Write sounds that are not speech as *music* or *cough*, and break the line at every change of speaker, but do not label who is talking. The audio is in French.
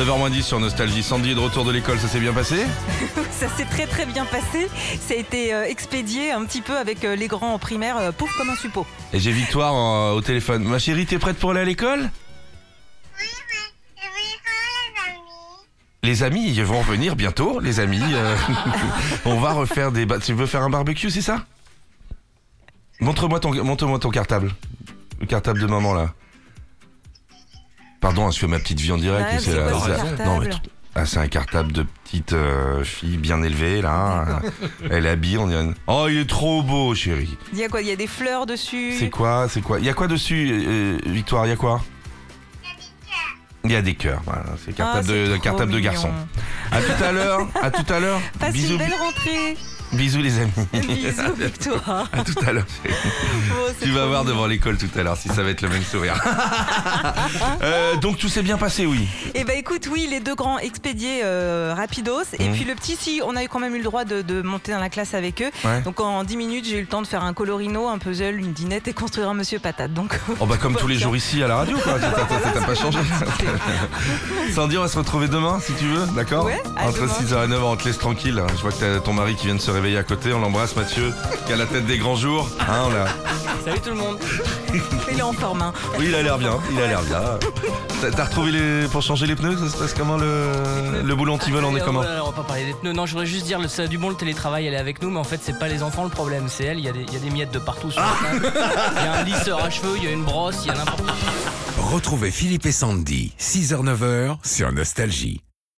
9h10 sur Nostalgie. Sandy est de retour de l'école, ça s'est bien passé
Ça s'est très très bien passé. Ça a été euh, expédié un petit peu avec euh, les grands en primaire, euh, pauvre comme un suppôt.
Et j'ai Victoire en- au téléphone. Ma chérie, t'es prête pour aller à l'école
Oui, mais oui, hein, les amis.
Les amis, ils vont venir bientôt, les amis. euh, *laughs* on va refaire des... ba- Tu veux faire un barbecue, c'est ça Montre-moi ton, montre ton cartable. Le cartable de maman, là. Pardon, hein, je fais ma petite vie en direct.
Ouais,
mais
c'est
la-
quoi ce
la-
cartable
non, mais tout- ah, c'est un cartable de petite euh, fille bien élevée, là. Elle habille, on dirait... une- Oh, il est trop beau, chérie.
Il y a quoi Il y a des fleurs dessus.
C'est quoi C'est quoi Il y a quoi dessus, euh, euh, Victoire Il y a quoi Il y a des cœurs. Voilà, c'est
Ah,
cartable,
c'est
de,
trop
cartable de
mignon.
garçon. À tout à l'heure. À tout à
*laughs*
l'heure.
Passe
Bisous,
une belle
*laughs*
rentrée.
bisous les amis.
*laughs* Bisous Victoire.
À tout à l'heure.
Oh, c'est
Tu vas
trop
voir
mignon.
devant l'école tout à l'heure si ça va être le même sourire. *laughs* Euh, donc tout s'est bien passé, oui.
Eh ben écoute, oui, les deux grands expédiés euh, rapidos. Et
Mhm.
puis le petit, si, on a eu quand même eu le droit de, de monter dans la classe avec eux.
Ouais.
Donc en 10 minutes, j'ai eu le temps de faire un colorino, un puzzle, une dinette et construire un monsieur patate. Donc *laughs*
Oh bah comme tous les jours ici à la radio, quoi. Ça ça- ça t'a pas changé. Sandy, on va se retrouver demain si tu veux, d'accord
Ouais, à
Entre
demain.
6h et 9h, on te laisse tranquille. Je vois que t'as ton mari qui vient de se réveiller à côté. On l'embrasse, Mathieu, qui a la tête des grands jours. Hein, on l'a-
Salut tout le monde.
il est en forme. hein.
Oui, il a l'air bien, il a l'air bien. T'as- T'as retrouvé les. Pour changer les pneus, ça se passe comment le, le boulon anti-vol On est
Euh,
comment
voilà, On va pas parler des pneus. Non, je voudrais juste dire, le- ça a du bon le télétravail, elle est avec nous, mais en fait, c'est pas les enfants le problème, c'est elle. Il y, a des- il y a des miettes de partout sur la table. Il y a un lisseur à cheveux, il y a une brosse, il y a n'importe
Retrouvez Philippe et Sandy, 6h-9h sur Nostalgie.